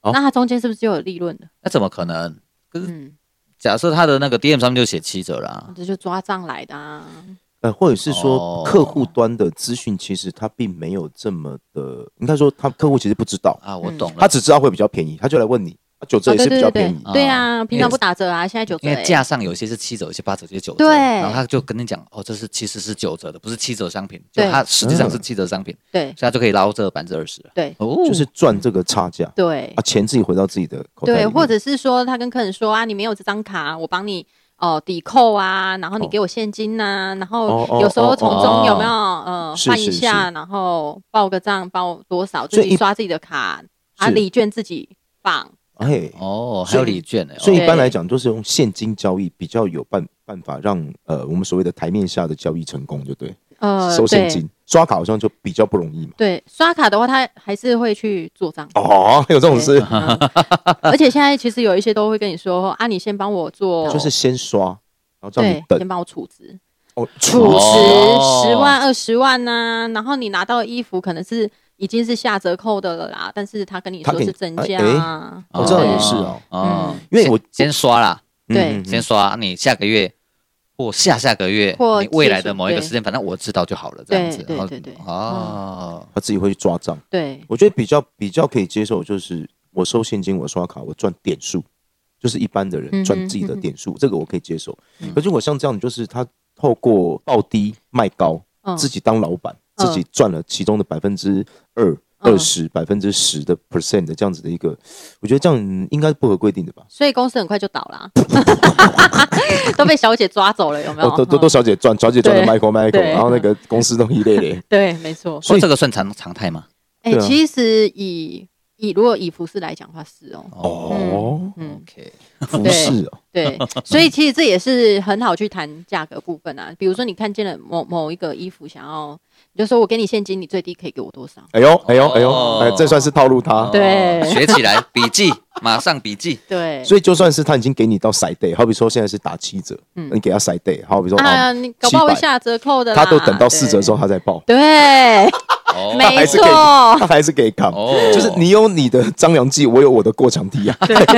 Speaker 1: 哦
Speaker 4: 那他中间是不是就有利润的？
Speaker 2: 那怎么可能？
Speaker 4: 嗯，
Speaker 2: 假设他的那个 DM 上面就写七折啦，
Speaker 4: 这就抓账来的啊。
Speaker 1: 呃，或者是说
Speaker 2: 哦
Speaker 1: 客户端的资讯，其实他并没有这么的，应该说他客户其实不知道，
Speaker 2: 啊，我
Speaker 4: 嗯
Speaker 2: 懂了
Speaker 1: 他，只知道会比较便宜，他就来问你，啊九折
Speaker 4: 哦
Speaker 1: 也
Speaker 4: 对
Speaker 1: 是比
Speaker 4: 对
Speaker 1: 较
Speaker 4: 对
Speaker 1: 便宜
Speaker 4: 对，
Speaker 2: 啊
Speaker 4: 对啊，平
Speaker 2: 因为
Speaker 4: 常不打折啊，现在九折
Speaker 2: 因为
Speaker 4: 欸。
Speaker 2: 架上有些是七折，有些八折，有些九折，
Speaker 4: 对
Speaker 2: 然后他就跟你讲，哦，这是其实是九折的，不是七折商品，就
Speaker 4: 对
Speaker 2: 他实际上
Speaker 1: 嗯
Speaker 2: 是七折商品，
Speaker 4: 对
Speaker 2: 所以他就可以捞这百分之二十。
Speaker 4: 对
Speaker 2: 哦，
Speaker 1: 就是赚这个差价
Speaker 4: 嗯对
Speaker 1: 啊，钱自己回到自己的口袋里
Speaker 4: 对，
Speaker 1: 面。
Speaker 4: 或者是说他跟客人说啊，你没有这张卡，我帮你哦、抵扣啊，然后你
Speaker 1: 哦
Speaker 4: 给我现金呐、然
Speaker 1: 哦
Speaker 4: 后
Speaker 1: 哦
Speaker 4: 有时候从
Speaker 2: 哦
Speaker 4: 中有没有呃
Speaker 1: 是
Speaker 4: 换一
Speaker 1: 是
Speaker 4: 下，
Speaker 1: 是
Speaker 4: 然后报个账报多少，
Speaker 1: 所
Speaker 4: 自
Speaker 1: 以
Speaker 4: 己
Speaker 1: 一
Speaker 4: 刷自己的卡，啊
Speaker 1: 是
Speaker 4: 礼券自己放，
Speaker 1: 哎，
Speaker 2: 哦，还有礼券呢，
Speaker 1: 所以一般
Speaker 4: 对
Speaker 1: 来讲，都是用现金交易比较有办办法让呃我们所谓的台面下的交易成功，就对。
Speaker 4: 呃，
Speaker 1: 收现
Speaker 4: 对
Speaker 1: 金，刷卡好像就比较不容易嘛。
Speaker 4: 对，刷卡的话，他还是会去做账。
Speaker 1: 哦， <laughs> 有这种
Speaker 4: 对
Speaker 1: 事，
Speaker 4: 嗯而且现在其实有一些都会跟你说啊，你先帮我
Speaker 2: 哦
Speaker 4: 做，
Speaker 1: 就是先刷，然后叫你
Speaker 4: 对，
Speaker 1: 等
Speaker 4: 先帮我储值，
Speaker 1: 哦，
Speaker 4: 储
Speaker 1: 储
Speaker 2: 哦
Speaker 4: 值十万、二十万呐、然后你拿到衣服可能是已经是下折扣的了啦，但是他跟你
Speaker 1: 他
Speaker 4: 说
Speaker 1: 给
Speaker 4: 是
Speaker 1: 你
Speaker 4: 正
Speaker 1: 哎
Speaker 4: 价
Speaker 1: 哎
Speaker 4: 啊，
Speaker 1: 哦这样也
Speaker 4: 对
Speaker 1: 是哦
Speaker 2: 哦
Speaker 4: 嗯
Speaker 1: 因为我
Speaker 2: 先先刷啦，
Speaker 4: 对
Speaker 1: 嗯嗯嗯
Speaker 2: 先刷，啊你下个月或下下个月，
Speaker 4: 或
Speaker 2: 你未来的
Speaker 4: 接触
Speaker 2: 某一个
Speaker 4: 对
Speaker 2: 时间，反正我知道就好了，这样子。
Speaker 4: 对对
Speaker 2: 然后
Speaker 4: 对对
Speaker 2: 哦，
Speaker 1: 他自己会去抓账。
Speaker 4: 对
Speaker 1: 我觉得比较比较可以接受，就是我收现金，我刷卡，我赚点数，就是一般的人
Speaker 4: 嗯哼
Speaker 1: 赚自己的点数，这个我可以接受
Speaker 2: 嗯。
Speaker 1: 可是我像这样，就是他透过报低卖高，
Speaker 4: 嗯
Speaker 1: 自己当老板，
Speaker 4: 嗯
Speaker 1: 自己赚了其中的百分之二、
Speaker 4: 嗯
Speaker 1: 二十、百分之十的 percent 的这样子的一个，我觉得这样应该是不合规定的吧？
Speaker 4: 所以公司很快就倒了啊、 <laughs> 都被小姐抓走了，有没有？
Speaker 1: 哦，都都都
Speaker 4: 嗯
Speaker 1: 小姐赚，小姐赚的
Speaker 4: 对
Speaker 1: Michael Michael，
Speaker 4: 对
Speaker 1: 然后那个公司都一类
Speaker 4: <laughs>
Speaker 1: 类。
Speaker 4: 对，没错。
Speaker 1: 所
Speaker 2: 所
Speaker 1: 以
Speaker 2: 以这个算常常态吗？
Speaker 4: 哎、
Speaker 1: 对啊
Speaker 4: 其实以以如果以服饰来讲的话是哦，
Speaker 1: 哦，
Speaker 4: 嗯，
Speaker 2: ，OK，
Speaker 1: 服
Speaker 4: 对
Speaker 1: 饰哦， <laughs>
Speaker 4: 对，所以其实这也是很好去谈价格部分啊。比如说你看见了某某一个衣服，想要你就说我给你现金，你最低可以给我多少？
Speaker 1: 哎呦，哎呦，哎呦，
Speaker 2: 哦
Speaker 1: 哎，这算是套路他。
Speaker 4: 对
Speaker 2: 哦学起来，笔记，马上笔记。
Speaker 4: 对，
Speaker 1: 所以就算是他已经给你到 side day，好比说现在是打七折，
Speaker 4: 嗯
Speaker 1: 你给他 side day，好比说
Speaker 4: 啊，
Speaker 1: 啊，
Speaker 4: 你搞不好会下折扣的啦。
Speaker 1: 他都等到四折的时
Speaker 4: 候，
Speaker 1: 候他再报， <laughs>
Speaker 4: 对，
Speaker 2: 哦
Speaker 1: 他还
Speaker 4: 没
Speaker 1: 是可以，
Speaker 4: 错
Speaker 1: 他还是可以扛。
Speaker 2: 哦，
Speaker 1: 就是你有你的张良计，我有我的过墙梯啊。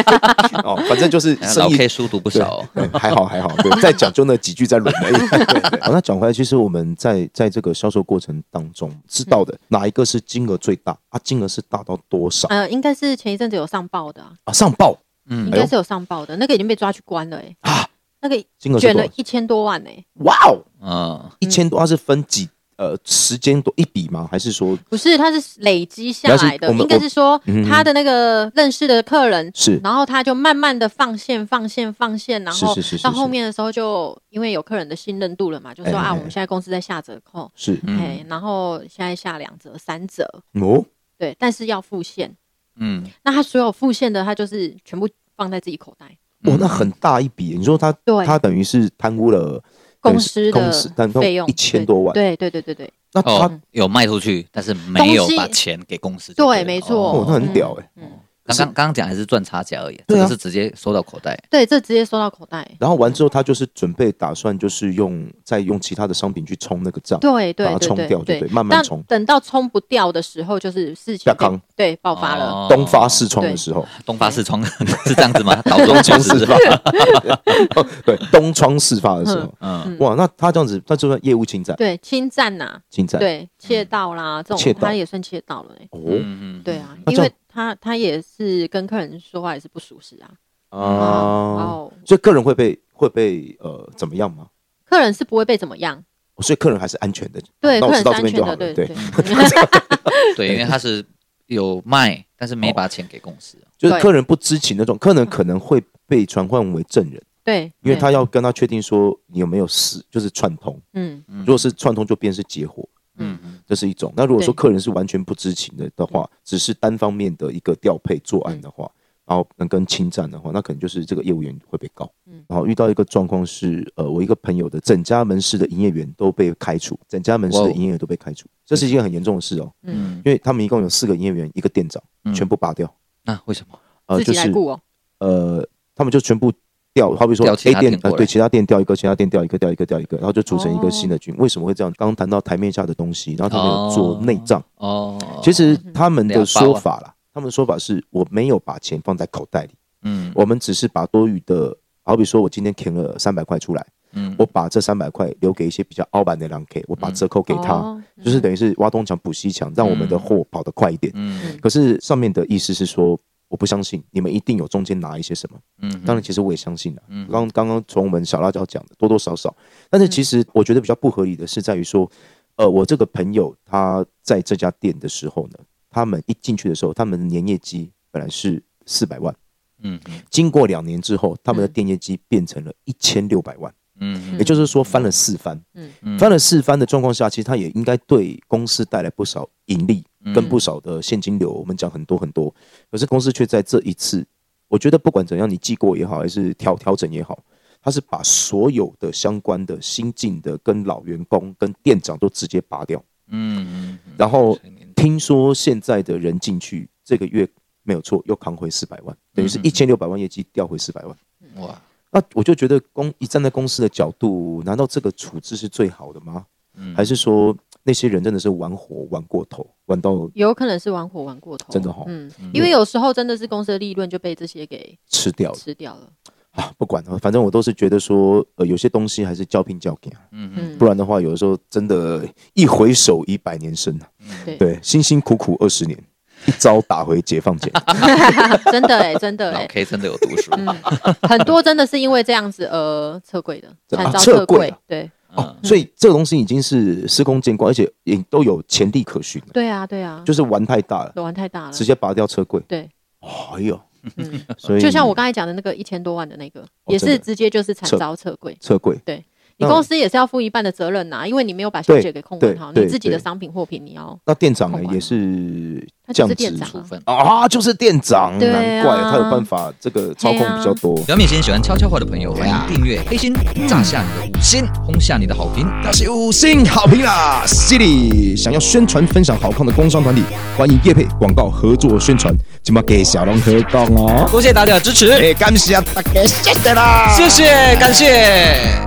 Speaker 1: <laughs> 哦，反正就是
Speaker 2: 哎
Speaker 1: 生
Speaker 2: 老
Speaker 1: 意
Speaker 2: K 书读不
Speaker 1: 对
Speaker 2: 少哦。
Speaker 1: 对还好还好，对，再讲就那几句再轮而已。对 <laughs> 对好，那讲回来，其实我们在在这个销售过程当中知道
Speaker 4: 嗯
Speaker 1: 的哪一个是金额最大啊？金额是大到多少
Speaker 4: 呃，应该是前一阵子有上报的啊，
Speaker 1: 啊？上报
Speaker 4: 应
Speaker 1: 哎呦
Speaker 4: 该是有上报的，那个已经被抓去关了哎，
Speaker 1: 啊，
Speaker 4: 那个
Speaker 1: 金额是
Speaker 4: 卷
Speaker 1: 多
Speaker 4: 了
Speaker 1: 少？
Speaker 4: 一千多万哎，
Speaker 1: 哇哦，
Speaker 2: 嗯，
Speaker 1: 一千多，它是分几呃时间多一笔吗？还是说
Speaker 4: 不是，它是累积下来
Speaker 1: 没关系
Speaker 4: 的，
Speaker 1: 我们
Speaker 4: 应该是说
Speaker 1: 嗯
Speaker 4: 他的那个认识的客人
Speaker 1: 是
Speaker 4: 然后他就慢慢的放线、放线、放线，然后
Speaker 1: 是是是是
Speaker 4: 到后面的时候就因为有客人的信任度了嘛，就说
Speaker 1: 哎哎
Speaker 4: 啊，
Speaker 1: 哎
Speaker 4: 我们现在公司在下折扣，
Speaker 1: 是
Speaker 2: 嗯
Speaker 4: 哎，然后现在下两折、三折，
Speaker 1: 哦？
Speaker 4: 对，但是要付现。
Speaker 2: 嗯，
Speaker 4: 那他所有付现的，他就是全部放在自己口袋，
Speaker 1: 哇，那很大一笔耶。你说他
Speaker 4: 嗯对
Speaker 1: 他等于是贪污了
Speaker 4: 公司
Speaker 1: 公司但
Speaker 4: 的费用
Speaker 1: 一千多万，
Speaker 4: 对对对对对
Speaker 1: 那啊他
Speaker 2: 哦，有卖出去，但是没有
Speaker 4: 东西
Speaker 2: 把钱给公司就
Speaker 4: 对
Speaker 2: 对了。
Speaker 4: 没错
Speaker 1: 哦，那
Speaker 2: 哦
Speaker 1: 很屌
Speaker 4: 嗯
Speaker 1: 哎。
Speaker 2: 刚刚刚刚讲还是赚差价而已，
Speaker 1: 对
Speaker 2: 这
Speaker 1: 啊
Speaker 2: 个是直接收到口袋。
Speaker 4: 对，这直接收到口袋，
Speaker 1: 然后完之后，他就是准备打算就是用再用其他的商品去冲那个账，把
Speaker 4: 对对
Speaker 1: 它冲
Speaker 4: 对
Speaker 1: 掉就
Speaker 4: 对
Speaker 1: 对，慢慢
Speaker 4: 但
Speaker 1: 冲。
Speaker 4: 等到冲不掉的时候，就是事情
Speaker 1: 不要扛
Speaker 4: 被对爆发了。
Speaker 2: 哦
Speaker 1: 东发视窗的时候，
Speaker 2: 东发视窗 <laughs> 是这
Speaker 1: <laughs>
Speaker 2: 样子吗？倒
Speaker 1: 窗
Speaker 2: 装就
Speaker 1: 事
Speaker 2: 是
Speaker 1: 发， <laughs> 对，东窗事发的时候，
Speaker 2: 嗯
Speaker 1: 哇，那他这样子，那就算业务侵占，
Speaker 4: 对，侵占呐、
Speaker 1: 侵占，
Speaker 4: 对，窃盗啦，这
Speaker 1: 窃
Speaker 4: 种
Speaker 1: 盗
Speaker 4: 他也算窃盗了、欸。
Speaker 1: 哦
Speaker 2: 嗯嗯
Speaker 4: 对啊，
Speaker 1: 那
Speaker 4: 因
Speaker 1: 这
Speaker 4: 为
Speaker 1: 样
Speaker 4: 他他也是跟客人说话也是不熟识啊。哦然
Speaker 1: 啊，
Speaker 4: 后
Speaker 1: 所以客人会被会被呃怎么样吗？哦
Speaker 4: 客人是不会被怎么样，
Speaker 1: 所以客人还是安全的。
Speaker 4: 对，
Speaker 1: 那
Speaker 4: 客
Speaker 1: 我知
Speaker 4: 人是
Speaker 1: 道这
Speaker 4: 安
Speaker 1: 边就
Speaker 4: 全
Speaker 1: 好
Speaker 4: 的，
Speaker 1: 了。
Speaker 4: 对
Speaker 1: 对，
Speaker 2: 对，因为他是有卖，但是没把钱给公司。
Speaker 1: 就是
Speaker 4: 对
Speaker 1: 客人不知情那种，客人可能会被传唤为证人，
Speaker 4: 对，
Speaker 1: <laughs> 因为他
Speaker 4: 对
Speaker 1: 要跟他确定说你有没有事，就是串通。
Speaker 4: 嗯
Speaker 1: 如果是串通，就便是结伙，
Speaker 2: 嗯嗯，
Speaker 1: 这是一种。那如果说
Speaker 4: 对
Speaker 1: 客人是完全不知情的的话，只是单方面的一个调配作案的话，然后能跟侵占的话，那可能就是这个业务员会被告。
Speaker 4: 嗯
Speaker 1: 然后遇到一个状况是，呃，我一个朋友的整家门市的营业员都被开除，整家门市
Speaker 2: 哇
Speaker 1: 的
Speaker 2: 哦
Speaker 1: 营业员都被开除，这是一件很严重的事哦，
Speaker 4: 嗯，
Speaker 1: 因为他们一共有四个营业员，一个店长，
Speaker 2: 嗯
Speaker 1: 全部拔掉。
Speaker 2: 那为什么？
Speaker 1: 呃，
Speaker 4: 自
Speaker 1: 就
Speaker 4: 己来
Speaker 1: 是
Speaker 4: 雇哦，
Speaker 1: 呃，他们就全部调，好比说
Speaker 2: 调其
Speaker 1: A
Speaker 2: 他店
Speaker 1: 店呃
Speaker 2: 过来
Speaker 1: 对其他店调一个，其他店调一个，调一个，调一个，然后就组成一个新的
Speaker 2: 哦
Speaker 1: 群。为什么会这样？刚刚谈到台面下的东西，然后他们有做内账。
Speaker 2: 哦，
Speaker 1: 其实他们的
Speaker 2: 两包啊
Speaker 1: 说法啦，他们说法是我没有把钱放在口袋里，
Speaker 2: 嗯
Speaker 1: 我们只是把多余的，好比说我今天填了三百块出来，
Speaker 2: 嗯
Speaker 1: 我把这三百块留给一些比较傲板的人给，我把折扣给他，
Speaker 4: 哦
Speaker 1: 就是等于是挖东墙补西墙，让我们的货跑得快一点。
Speaker 2: 嗯
Speaker 1: 可是上面的意思是说，我不相信你们一定有中间拿一些什么。
Speaker 2: 嗯
Speaker 1: 当然，其实我也相信了。啊
Speaker 2: 嗯
Speaker 1: 刚刚刚从我们小辣椒讲的多多少少，但是其实我觉得比较不合理的是在于说，呃，我这个朋友他在这家店的时候呢，他们一进去的时候，他们的年业绩本来是四百万，
Speaker 2: 嗯
Speaker 1: 经过两年之后，他们的
Speaker 4: 嗯
Speaker 1: 店业绩变成了一千六百万，
Speaker 2: 嗯
Speaker 1: 也就是说翻了四番。
Speaker 2: 嗯
Speaker 1: 翻了四番的状况下，其实它也应该对公司带来不少盈利
Speaker 2: 嗯
Speaker 1: 跟不少的现金流。我们讲很多很多，可是公司却在这一次，我觉得不管怎样，你记过也好，还是调调整也好，他是把所有的相关的新进的跟老员工跟店长都直接拔掉。
Speaker 2: 嗯，嗯
Speaker 1: 然后
Speaker 2: 成年
Speaker 1: 听说现在的人进去这个月没有错，又扛回四百万，等于
Speaker 2: 嗯
Speaker 1: 是一千六百万业绩调回四百万。
Speaker 2: 哇，
Speaker 1: 那我就觉得公以站在公司的角度，难道这个处置是最好的吗？
Speaker 2: 嗯
Speaker 1: 还是说那些人真的是玩火玩过头，玩到
Speaker 4: 有可能是玩火玩过头，
Speaker 1: 真的哦
Speaker 4: 嗯，因为有时候真的是公司的利润就被这些给
Speaker 1: 吃掉了
Speaker 4: 吃掉了，
Speaker 1: 啊？不管了，反正我都是觉得说，呃，有些东西还是教聘教给啊，
Speaker 4: 嗯
Speaker 1: 不，然的话，有的时候真的，一回首已百年身啊。
Speaker 4: 对
Speaker 1: 对，辛辛苦苦二十年，一招打回解
Speaker 4: <laughs>
Speaker 1: 放前。
Speaker 4: <laughs> 嗯真的哎，真的
Speaker 2: 老
Speaker 4: 哎，
Speaker 2: K 真的有读书，
Speaker 4: 嗯，很多真的是因为这样子而撤柜的，
Speaker 1: 这
Speaker 4: 惨遭
Speaker 1: 啊撤
Speaker 4: 撤柜
Speaker 1: 柜，
Speaker 4: 对，
Speaker 1: 哦，所以这个东西已经是司空见惯，而且也都有前例可循了，
Speaker 4: 对啊，对啊，
Speaker 1: 就是玩太大了，
Speaker 4: 就玩太大了
Speaker 1: 直，接拔掉车柜。
Speaker 4: 对，
Speaker 1: 哎呦，
Speaker 4: 嗯，
Speaker 1: 所以
Speaker 4: 就像我刚才讲的那个一千多万的那个，也
Speaker 1: 哦真
Speaker 4: 是
Speaker 1: 的
Speaker 4: 直接就是惨
Speaker 1: 撤
Speaker 4: 遭撤柜，
Speaker 1: 车柜，
Speaker 4: 你
Speaker 1: 那
Speaker 4: 公司也是要负一半的责任呐，因为你没有把小
Speaker 1: 对
Speaker 4: 姐给控管
Speaker 1: 对
Speaker 4: 好，
Speaker 1: 对
Speaker 4: 你自己的
Speaker 1: 对
Speaker 4: 商品货品你要，
Speaker 1: 那店长
Speaker 4: 好
Speaker 1: 呢
Speaker 4: 玩哦
Speaker 1: 也是
Speaker 4: 他就
Speaker 1: 降
Speaker 4: 是
Speaker 1: 职
Speaker 4: 店长
Speaker 1: 处
Speaker 2: 处分。
Speaker 1: 啊，就是店长，
Speaker 4: 对啊啊
Speaker 1: 难怪他有办法这个操控比较多。
Speaker 2: 表面先喜欢悄悄话的朋友，欢迎订阅黑心，炸下你的五星，轰下你的好评。
Speaker 3: 那是五星好评啦！City 想要宣传分享好康的工商团体，欢迎业配广告合作宣传，请把给小龙合作哦。
Speaker 2: 多谢大家的支持，
Speaker 3: 哎，感谢大家，谢谢啦！
Speaker 2: 谢谢，感谢。